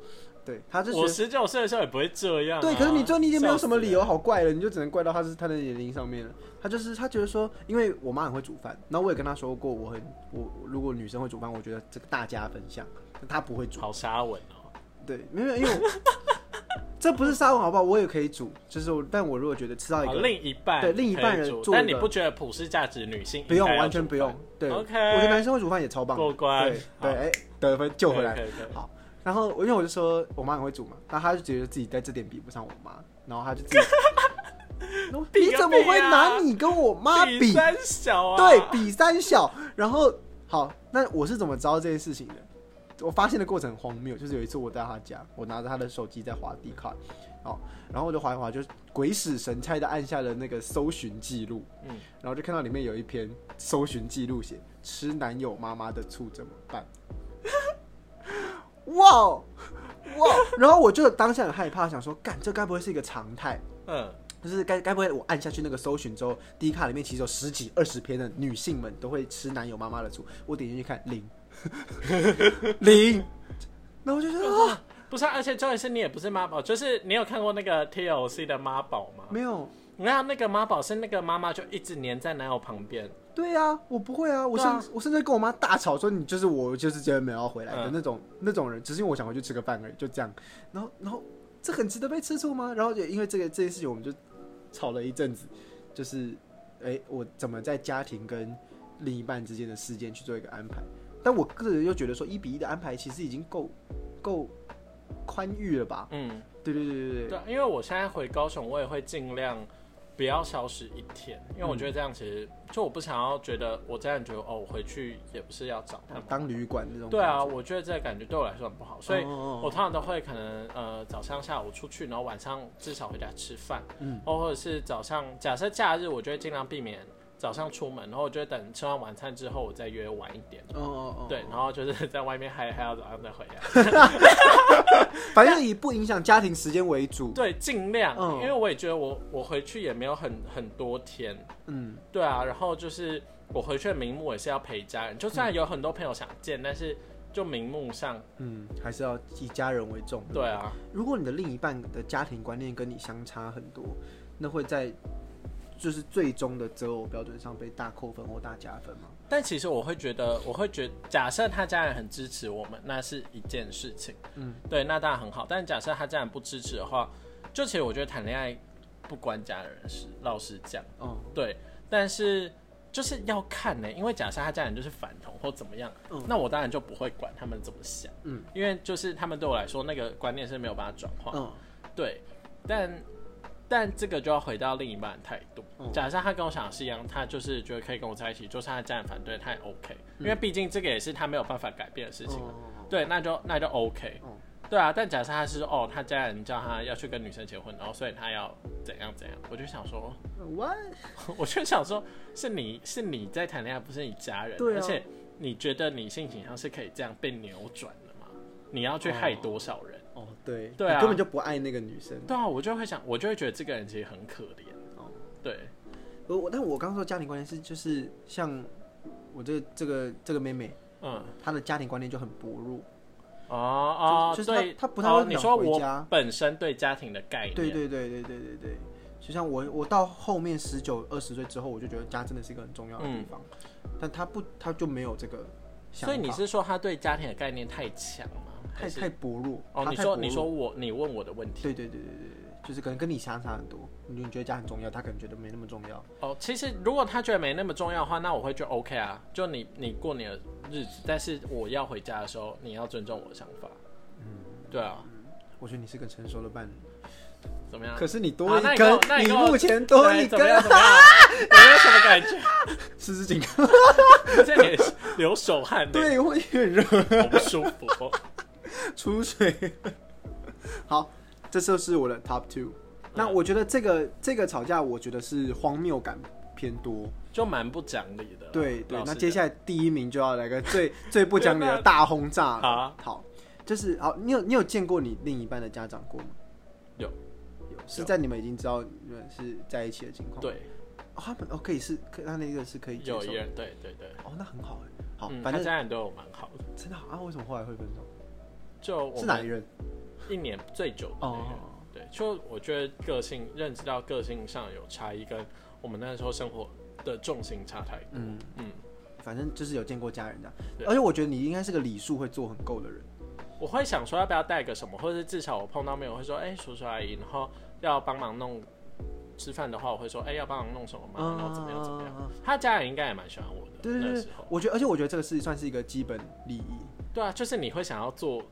Speaker 1: 对，他就觉得
Speaker 2: 我十九岁的时候也不会这样啊。
Speaker 1: 啊对，可是你最后你已经没有什么理由
Speaker 2: 笑
Speaker 1: 好怪了，你就只能怪到他是他的年龄上面了。他就是他觉得说，因为我妈很会煮饭，然后我也跟他说过，我很我如果女生会煮饭，我觉得这个大加分项。他不会
Speaker 2: 死
Speaker 1: 煮
Speaker 2: 了，好沙文哦。
Speaker 1: 对，没有，因为我这不是沙文好不好？我也可以煮，就是我，但我如果觉得吃到一
Speaker 2: 好
Speaker 1: 个，
Speaker 2: 另一半
Speaker 1: 对另一半人
Speaker 2: 可以煮
Speaker 1: 做一个
Speaker 2: 但你不觉得普世价值女性
Speaker 1: 不用完全不用，对
Speaker 2: OK
Speaker 1: 我觉得男生会煮饭也超棒的，
Speaker 2: 过关
Speaker 1: 对
Speaker 2: 好
Speaker 1: 对，哎，得分救回来。
Speaker 2: 可以可以可以
Speaker 1: 好，然后因为我就说我妈很会煮嘛，那他就觉得自己在这点比不上我妈，然后他就自己，
Speaker 2: 比
Speaker 1: 你
Speaker 2: 个
Speaker 1: 怎么会
Speaker 2: 屁啊
Speaker 1: 拿你跟我妈比？
Speaker 2: 三小啊，
Speaker 1: 对比三小，然后好，那我是怎么知道这件事情的？我发现的过程很荒谬，就是有一次我在他家，我拿着他的手机在滑 D 卡，哦，然后我就滑一滑，就鬼使神差的按下了那个搜寻记录，
Speaker 2: 嗯
Speaker 1: 然后就看到里面有一篇搜寻记录写吃男友妈妈的醋怎么办？ 哇哦哇哦！然后我就当下很害怕，想说干这该不会是一个常态？
Speaker 2: 嗯，
Speaker 1: 就是该该不会我按下去那个搜寻之后，第一卡里面其实有十几二十篇的女性们都会吃男友妈妈的醋，我点进去看零零，那我就觉得啊，
Speaker 2: 不是啊、而且重点是你也不是妈宝，就是你有看过那个 TLC 的妈宝吗？
Speaker 1: 没有，
Speaker 2: 你看那个妈宝是那个妈妈就一直黏在男友旁边，
Speaker 1: 对啊，我不会啊，我甚、
Speaker 2: 对啊
Speaker 1: 我甚至跟我妈大吵说你就是我就是今天没有要回来的
Speaker 2: 嗯
Speaker 1: 那种、那种人，只是因为我想回去吃个饭而已，就这样。然后然后这很值得被吃醋吗？然后也因为这个这件事情，我们就吵了一阵子，就是哎、我怎么在家庭跟另一半之间的时间去做一个安排？但我个人又觉得说一比一的安排其实已经够够宽裕了吧？
Speaker 2: 嗯，
Speaker 1: 对对对对对
Speaker 2: 对，因为我现在回高雄，我也会尽量不要消失一天，因为我
Speaker 1: 嗯
Speaker 2: 觉得这样其实、就我不想要觉得我这样觉得哦，我回去也不是要找他们，
Speaker 1: 当旅馆嗯那种
Speaker 2: 啊对啊，
Speaker 1: 感觉，
Speaker 2: 我觉得这个感觉对我来说很不好，所以
Speaker 1: 哦哦
Speaker 2: 我通常都会可能呃早上下午出去，然后晚上至少回家吃饭，
Speaker 1: 嗯，
Speaker 2: 哦或者是早上假设假日，我就会尽量避免早上出门，然后我就会等吃完晚餐之后我再约晚一点，
Speaker 1: 哦哦哦，
Speaker 2: 对，然后就是在外面嗨嗨到早上再回来，
Speaker 1: 反正以不影响家庭时间为主，
Speaker 2: 对，尽量，
Speaker 1: 嗯
Speaker 2: 因为我也觉得我我回去也没有很很多天，
Speaker 1: 嗯。
Speaker 2: 对啊，然后就是我回去的名目也是要陪家人，就虽然有很多朋友想见，但是就名目上，
Speaker 1: 嗯，还是要以家人为重。
Speaker 2: 对啊，
Speaker 1: 如果你的另一半的家庭观念跟你相差很多，那会在就是最终的择偶标准上被大扣分或大加分吗？
Speaker 2: 但其实我会觉得，我会觉假设他家人很支持我们，那是一件事情，
Speaker 1: 嗯，
Speaker 2: 对，那当然很好。但假设他家人不支持的话，就其实我觉得谈恋爱不关家人的事，老实讲，
Speaker 1: 哦，
Speaker 2: 对。但是就是要看呢、因为假设他家人就是反同或怎么样，
Speaker 1: 嗯
Speaker 2: 那我当然就不会管他们怎么想，
Speaker 1: 嗯，
Speaker 2: 因为就是他们对我来说那个观念是没有办法转化，
Speaker 1: 嗯，
Speaker 2: 对，但但这个就要回到另一半的态度。
Speaker 1: 嗯
Speaker 2: 假设他跟我想的是一样，他就是觉得可以跟我在一起，就算他家人反对，他也 OK，、因为
Speaker 1: 嗯
Speaker 2: 毕竟这个也是他没有办法改变的事情。
Speaker 1: 哦
Speaker 2: 对，那就那就 OK
Speaker 1: 嗯。
Speaker 2: 对啊，但假设他是说哦，他家人叫他要去跟女生结婚，然后所以他要怎样怎样，我就想说，
Speaker 1: ，what？
Speaker 2: 我就想说，是你是你在谈恋爱，不是你家人，
Speaker 1: 对啊
Speaker 2: 而且你觉得你性倾向是可以这样被扭转的吗？你要去害
Speaker 1: 哦
Speaker 2: 多少人？
Speaker 1: 哦，对，
Speaker 2: 对啊
Speaker 1: 你根本就不爱那个女生。
Speaker 2: 对啊，我就会想，我就会觉得这个人其实很可怜。
Speaker 1: 哦
Speaker 2: 对，
Speaker 1: 我我但我刚说家庭观念是就是像我这个这个这个妹妹，
Speaker 2: 嗯，
Speaker 1: 她的家庭观念就很薄弱。
Speaker 2: 哦哦，
Speaker 1: 就是
Speaker 2: 对，
Speaker 1: 他他不太会
Speaker 2: 哦你说
Speaker 1: 想回
Speaker 2: 我
Speaker 1: 家
Speaker 2: 本身对家庭的概念，
Speaker 1: 对对对对对对对，就像我，我到后面十九、二十岁之后，我就觉得家真的是一个很重要的地方，但他不，他就没有这个想
Speaker 2: 嗯所以你
Speaker 1: 法
Speaker 2: 是说他对家庭的概念太强吗？还
Speaker 1: 太
Speaker 2: 是
Speaker 1: 太薄弱。
Speaker 2: 哦，
Speaker 1: 他
Speaker 2: 你
Speaker 1: 太
Speaker 2: 说
Speaker 1: 薄
Speaker 2: 你
Speaker 1: 弱
Speaker 2: 说我你问我的问题
Speaker 1: 对对对对对对，就是可能跟你相差很多，你觉得家很重要，他可能觉得没那么重要。
Speaker 2: 哦，其实如果他觉得没那么重要的话，那我会觉得 OK 啊，就你你过你的日子，但是我要回家的时候，你要尊重我的想法。对啊，
Speaker 1: 我觉得你是个成熟的伴侣，
Speaker 2: 怎么样？
Speaker 1: 可是你多一
Speaker 2: 好啊那你
Speaker 1: 根
Speaker 2: 跟我，那你
Speaker 1: 你
Speaker 2: 跟我
Speaker 1: 目前多
Speaker 2: 对
Speaker 1: 一
Speaker 2: 怎么样？
Speaker 1: 根，
Speaker 2: 怎么样？ 有没有什么感觉？
Speaker 1: 四肢 紧靠，
Speaker 2: 现在也是流手汗，，欸
Speaker 1: 对，会很热，
Speaker 2: 好不舒服哦。
Speaker 1: 出水。 好，这就是我的 top two。那
Speaker 2: 嗯
Speaker 1: 我觉得这个这个吵架，我觉得是荒谬感偏多。
Speaker 2: 就蛮不讲理的。啊
Speaker 1: 对对，那接
Speaker 2: 来
Speaker 1: 下来第一名就要来个最 最不讲理的大轰炸
Speaker 2: 好
Speaker 1: 了
Speaker 2: 啊。
Speaker 1: 好，就是好，你有你有见过你另一半的家长过吗？
Speaker 2: 有
Speaker 1: 有，是在你们已经知道你们是在一起的情况。
Speaker 2: 对
Speaker 1: 哦，他们哦可以是，可他那个是可以接受
Speaker 2: 有一
Speaker 1: 的。
Speaker 2: 人，对对对，
Speaker 1: 哦，那很好哎。好，
Speaker 2: 嗯
Speaker 1: 反
Speaker 2: 他
Speaker 1: 正
Speaker 2: 家人对我蛮好的，
Speaker 1: 真的好啊，为什么后来会分手？
Speaker 2: 就我
Speaker 1: 是
Speaker 2: 们
Speaker 1: 哪一任？
Speaker 2: 一年最久的那个人
Speaker 1: 哦
Speaker 2: 对，就我觉得个性认知到个性上有差异，跟我们那时候生活的重心差太多。
Speaker 1: 嗯，
Speaker 2: 嗯，
Speaker 1: 反正就是有见过家人的
Speaker 2: 对，
Speaker 1: 而且我觉得你应该是个礼数会做很够的人。
Speaker 2: 我会想说要不要带个什么，或者是至少我碰到面我会说，哎、叔叔阿姨，然后要帮忙弄吃饭的话，我会说，哎、要帮忙弄什么忙，哦然后怎么样怎么样。
Speaker 1: 啊？
Speaker 2: 他家人应该也蛮喜欢我的，
Speaker 1: 对对
Speaker 2: 那
Speaker 1: 对
Speaker 2: 时，候，
Speaker 1: 我觉得，而且我觉得这个是算是一个基本礼仪，
Speaker 2: 对啊，就是你会想要做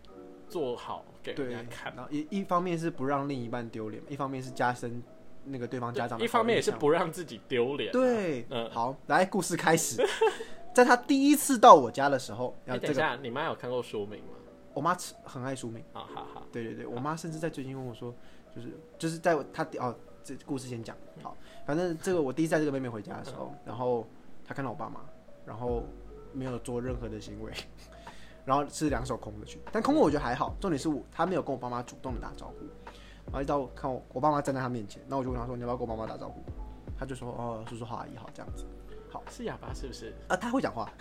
Speaker 2: 做好给
Speaker 1: 对。
Speaker 2: 人家看。
Speaker 1: 然后一一方面是不让另一半丢脸，一方面是加深那个对方家长的
Speaker 2: 一方面也是
Speaker 1: 好印象
Speaker 2: 不让自己丢脸啊、
Speaker 1: 对。
Speaker 2: 嗯，
Speaker 1: 好，来故事开始， 在他第一次到我家的时候，
Speaker 2: 哎、
Speaker 1: 要
Speaker 2: 等一
Speaker 1: 这个
Speaker 2: 下，你妈有看过书名吗？啊
Speaker 1: 我妈吃很爱书名。
Speaker 2: 好好好，
Speaker 1: 对对对，我妈甚至在最近问我说，就是就是在我她第哦，这故事先讲好，
Speaker 2: 嗯
Speaker 1: 反正这个我第一次带这个妹妹回家的时候，然后她看到我爸妈，然
Speaker 2: 嗯
Speaker 1: 后没有做任何的行为，然后是两手空着去，但空着我觉得还好，重点是我她没有跟我爸妈主动的打招呼，然后一到我看我我爸妈站在她面前，那我就问她说你要不要跟我爸妈打招呼，她就说哦叔叔好阿姨好这样子。
Speaker 2: 是哑巴是不是？
Speaker 1: 啊，他会讲 话，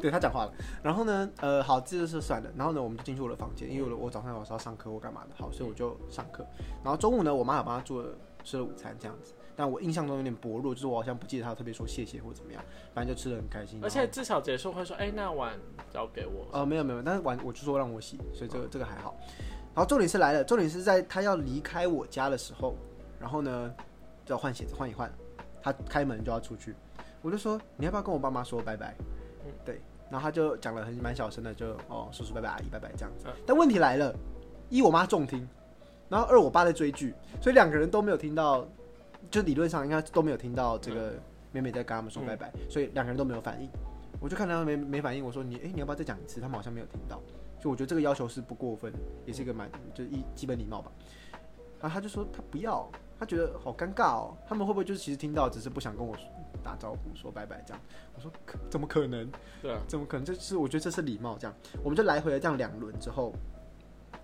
Speaker 1: 对他讲话了。然后呢，呃，好，这就是算了。然后呢，我们就进去我的房间，因为我的我早上有时候要上课或干嘛
Speaker 2: 嗯
Speaker 1: 的，好，所以我就上课。然后中午呢，我妈有帮他做了吃了午餐这样子，但我印象中有点薄弱，就是我好像不记得他特别说谢谢或怎么样，反正就吃的很开心。
Speaker 2: 而且至少结束会说，哎、那碗交给我。
Speaker 1: 呃，没有没有，但是碗我就说让我洗，所以这个、这个还好。然后重点是来了，重点是在他要离开我家的时候，然后呢就要换鞋子换一换，他开门就要出去，我就说你要不要跟我爸妈说拜拜？嗯，对，然后他就讲了很蛮小声的，就哦叔叔拜拜阿姨拜拜这样子。但问题来了，一我妈重听，然后二我爸在追剧，所以两个人都没有听到，就理论上应该都没有听到这个妹妹在跟他们说拜拜，所以两个人都没有反应。我就看他没没反应，我说你哎、你要不要再讲一次？他们好像没有听到，就我觉得这个要求是不过分，也是一个蛮就是一基本礼貌吧。然后他就说他不要，他觉得好尴尬哦。他们会不会就是其实听到，只是不想跟我打招呼说拜拜这样？我说可怎么可能？
Speaker 2: 对啊，
Speaker 1: 怎么可能？这是我觉得这是礼貌这样。我们就来回了这样两轮之后，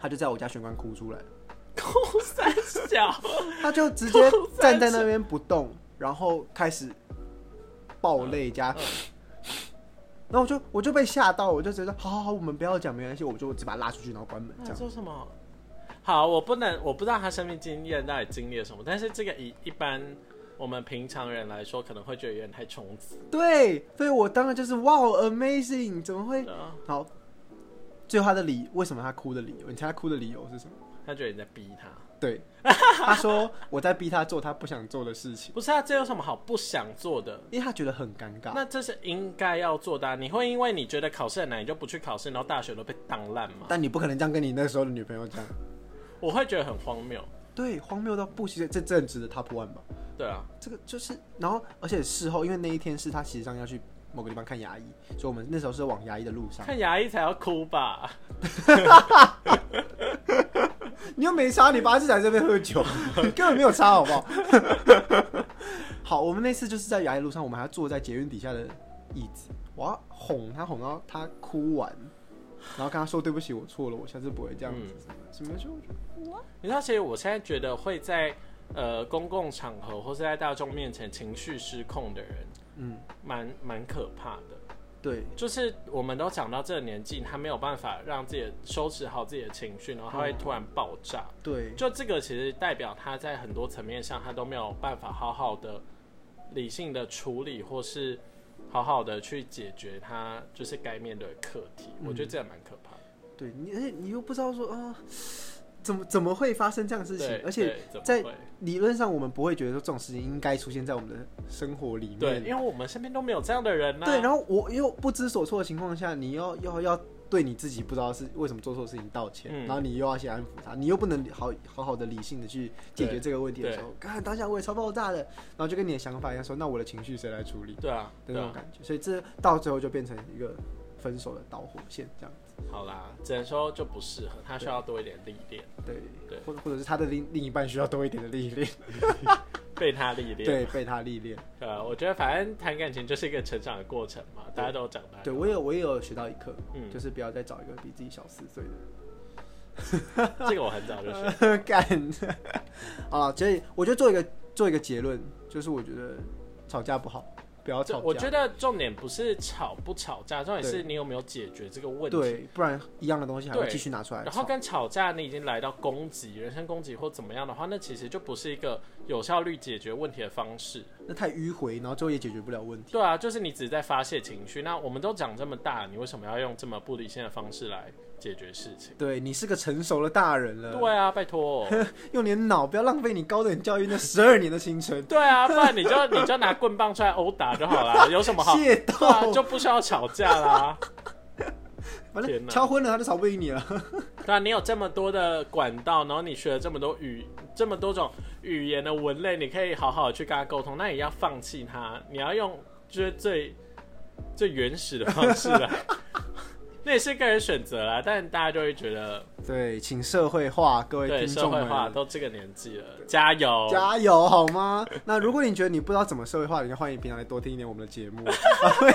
Speaker 1: 他就在我家玄关哭出来了，
Speaker 2: 哭三 小，
Speaker 1: 他就直接站在那边不动，然后开始爆泪加。 然后我就我就被吓到，我就觉得好好好，我们不要讲没关系，我就只把他拉出去，然后关门这
Speaker 2: 在
Speaker 1: 样。
Speaker 2: 做什么？好，我不能，我不知道他生命经验到底经历了什么，但是这个以一般我们平常人来说，可能会觉得有点太冲击。
Speaker 1: 对，所以我当然就是哇，amazing，怎么会？
Speaker 2: 对啊
Speaker 1: 好，最后他的理为什么他哭的理由？你猜他哭的理由是什么？
Speaker 2: 他觉得你在逼他，
Speaker 1: 对，他说我在逼他做他不想做的事情，
Speaker 2: 不是啊？这有什么好不想做的？
Speaker 1: 因为他觉得很尴尬。
Speaker 2: 那这是应该要做的、啊。你会因为你觉得考试很难，你就不去考试，然后大学都被当烂吗？
Speaker 1: 但你不可能这样跟你那时候的女朋友讲。
Speaker 2: 我会觉得很荒谬。
Speaker 1: 对，荒谬到不行，这正值的 top one 吧。
Speaker 2: 对啊，
Speaker 1: 这个就是，然后而且事后，因为那一天是他其实上要去某个地方看牙医，所以我们那时候是往牙医的路上。
Speaker 2: 看牙医才要哭吧？
Speaker 1: 你又没差，你八次在这边喝酒， 你根本没有差，好不好？ 好，我们那次就是在牙医路上，我们还要坐在捷运底下的椅子，我要哄他，哄到他哭完，然后跟他说对不起，我错了，我下次不会这样子。什么时候？
Speaker 2: 你知道，其实我现在觉得会在呃公共场合或是在大众面前情绪失控的人，
Speaker 1: 嗯，
Speaker 2: 蛮蛮可怕的。
Speaker 1: 对，
Speaker 2: 就是我们都长到这个年纪，他没有办法让自己的收拾好自己的情绪，然后他会突然爆炸。
Speaker 1: 对，
Speaker 2: 就这个其实代表他在很多层面上，他都没有办法好好的理性的处理，或是好好的去解决他就是该面对的课题。
Speaker 1: 嗯
Speaker 2: 我觉得这也蛮可怕的。
Speaker 1: 对你，而且你又不知道说啊、怎么怎么会发生这样的事情
Speaker 2: 对，？
Speaker 1: 而且
Speaker 2: 对怎么
Speaker 1: 在
Speaker 2: 会
Speaker 1: 理论上，我们不会觉得说这种事情应该出现在我们的生活里面。
Speaker 2: 对，因为我们身边都没有这样的人呐、
Speaker 1: 对，然后我又不知所措的情况下，你要要要对你自己不知道是为什么做错事情道歉，
Speaker 2: 嗯
Speaker 1: 然后你又要去安抚他，你又不能好好好的理性的去解决
Speaker 2: 对
Speaker 1: 这个问题的
Speaker 2: 对
Speaker 1: 时候，看当下我也超爆炸的，然后就跟你的想法一样说，那我的情绪谁来处理
Speaker 2: 对啊，
Speaker 1: 的
Speaker 2: 对
Speaker 1: 那
Speaker 2: 啊
Speaker 1: 种。感觉，所以这到最后就变成一个分手的导火线，这样
Speaker 2: 好啦，只能说就不适合，他需要多一点历练，
Speaker 1: 对，
Speaker 2: 对
Speaker 1: 或者或者是他的另另一半需要多一点的历练，
Speaker 2: 被他历练。
Speaker 1: 对，被他历练。
Speaker 2: 对啊，我觉得反正谈感情就是一个成长的过程嘛，大家都有长大。
Speaker 1: 对我也我也有学到一课，
Speaker 2: 嗯
Speaker 1: 就是不要再找一个比自己小四岁的。
Speaker 2: 这个我很早就 学。
Speaker 1: 干啊！所以我觉得做一个做一个结论，就是我觉得吵架不好，不要吵
Speaker 2: 这
Speaker 1: 架。
Speaker 2: 我觉得重点不是吵不吵架，重点是
Speaker 1: 对
Speaker 2: 你有没有解决这个问题。
Speaker 1: 对，不然一样的东西还会
Speaker 2: 对
Speaker 1: 继续拿出来
Speaker 2: 然后
Speaker 1: 吵。
Speaker 2: 跟吵架，你已经来到攻击、人身攻击或怎么样的话，那其实就不是一个有效率解决问题的方式。
Speaker 1: 那太迂回，然后最后也解决不了问题。
Speaker 2: 对啊，就是你只是在发泄情绪。那我们都长这么大，你为什么要用这么不理性的方式来解决事情？
Speaker 1: 对你是个成熟的大人了，
Speaker 2: 对啊，拜托。
Speaker 1: 用你的脑，不要浪费你高等教育那十二年的青春。
Speaker 2: 对啊，不然你就你就拿棍棒出来殴打就 好啦，有什么好？
Speaker 1: 械
Speaker 2: 对啊，
Speaker 1: 斗，
Speaker 2: 就不需要吵架啦。
Speaker 1: 反
Speaker 2: 天
Speaker 1: 正
Speaker 2: 哪
Speaker 1: 敲昏了他就吵不赢你了。
Speaker 2: 对啊，你有这么多的管道，然后你学了这么多语，这么多种语言的文类，你可以好好地去跟他沟通，那也要放弃他，你要用就是最最原始的方式来。 那也是个人选择啦，但大家就会觉得，
Speaker 1: 对，请社会化，各位
Speaker 2: 对
Speaker 1: 听
Speaker 2: 社
Speaker 1: 众
Speaker 2: 会化
Speaker 1: 们。
Speaker 2: 都这个年纪了，加油！
Speaker 1: 加油好吗？那如果你觉得你不知道怎么社会化，你就欢迎平常来多听一点我们的节目， 啊会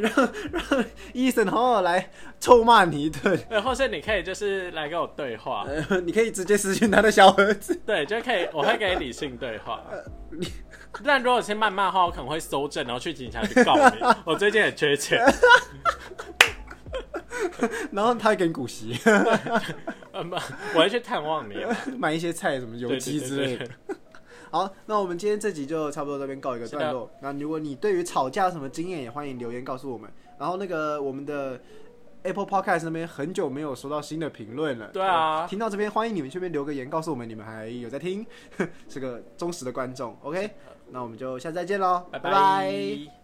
Speaker 1: 让让医生好好来臭骂你一顿。
Speaker 2: 对，或是你可以就是来跟我对话，
Speaker 1: 呃 你可以直接私讯他的小盒子，
Speaker 2: 对，就可以，我会给你理性对话。
Speaker 1: 呃
Speaker 2: 但如果是谩骂的话，我可能会搜证，然后去警察局 告你。我最近很缺钱，
Speaker 1: 然后他会给你股息，
Speaker 2: 呃不我会去探望你。
Speaker 1: 买一些菜什么油
Speaker 2: 对
Speaker 1: 鸡之类。
Speaker 2: 对对
Speaker 1: 的。
Speaker 2: 对
Speaker 1: 好，那我们今天这集就差不多这边告一个段落。那如果你对于吵架有什么经验，也欢迎留言告诉我们。然后那个我们的 Apple Podcast 那边很久没有收到新的评论了，
Speaker 2: 对啊
Speaker 1: 听到这边欢迎你们这边留个言，告诉我们你们还有在听，是个忠实的观众。OK，那我们就下次再见喽，
Speaker 2: 拜
Speaker 1: 拜拜
Speaker 2: 拜。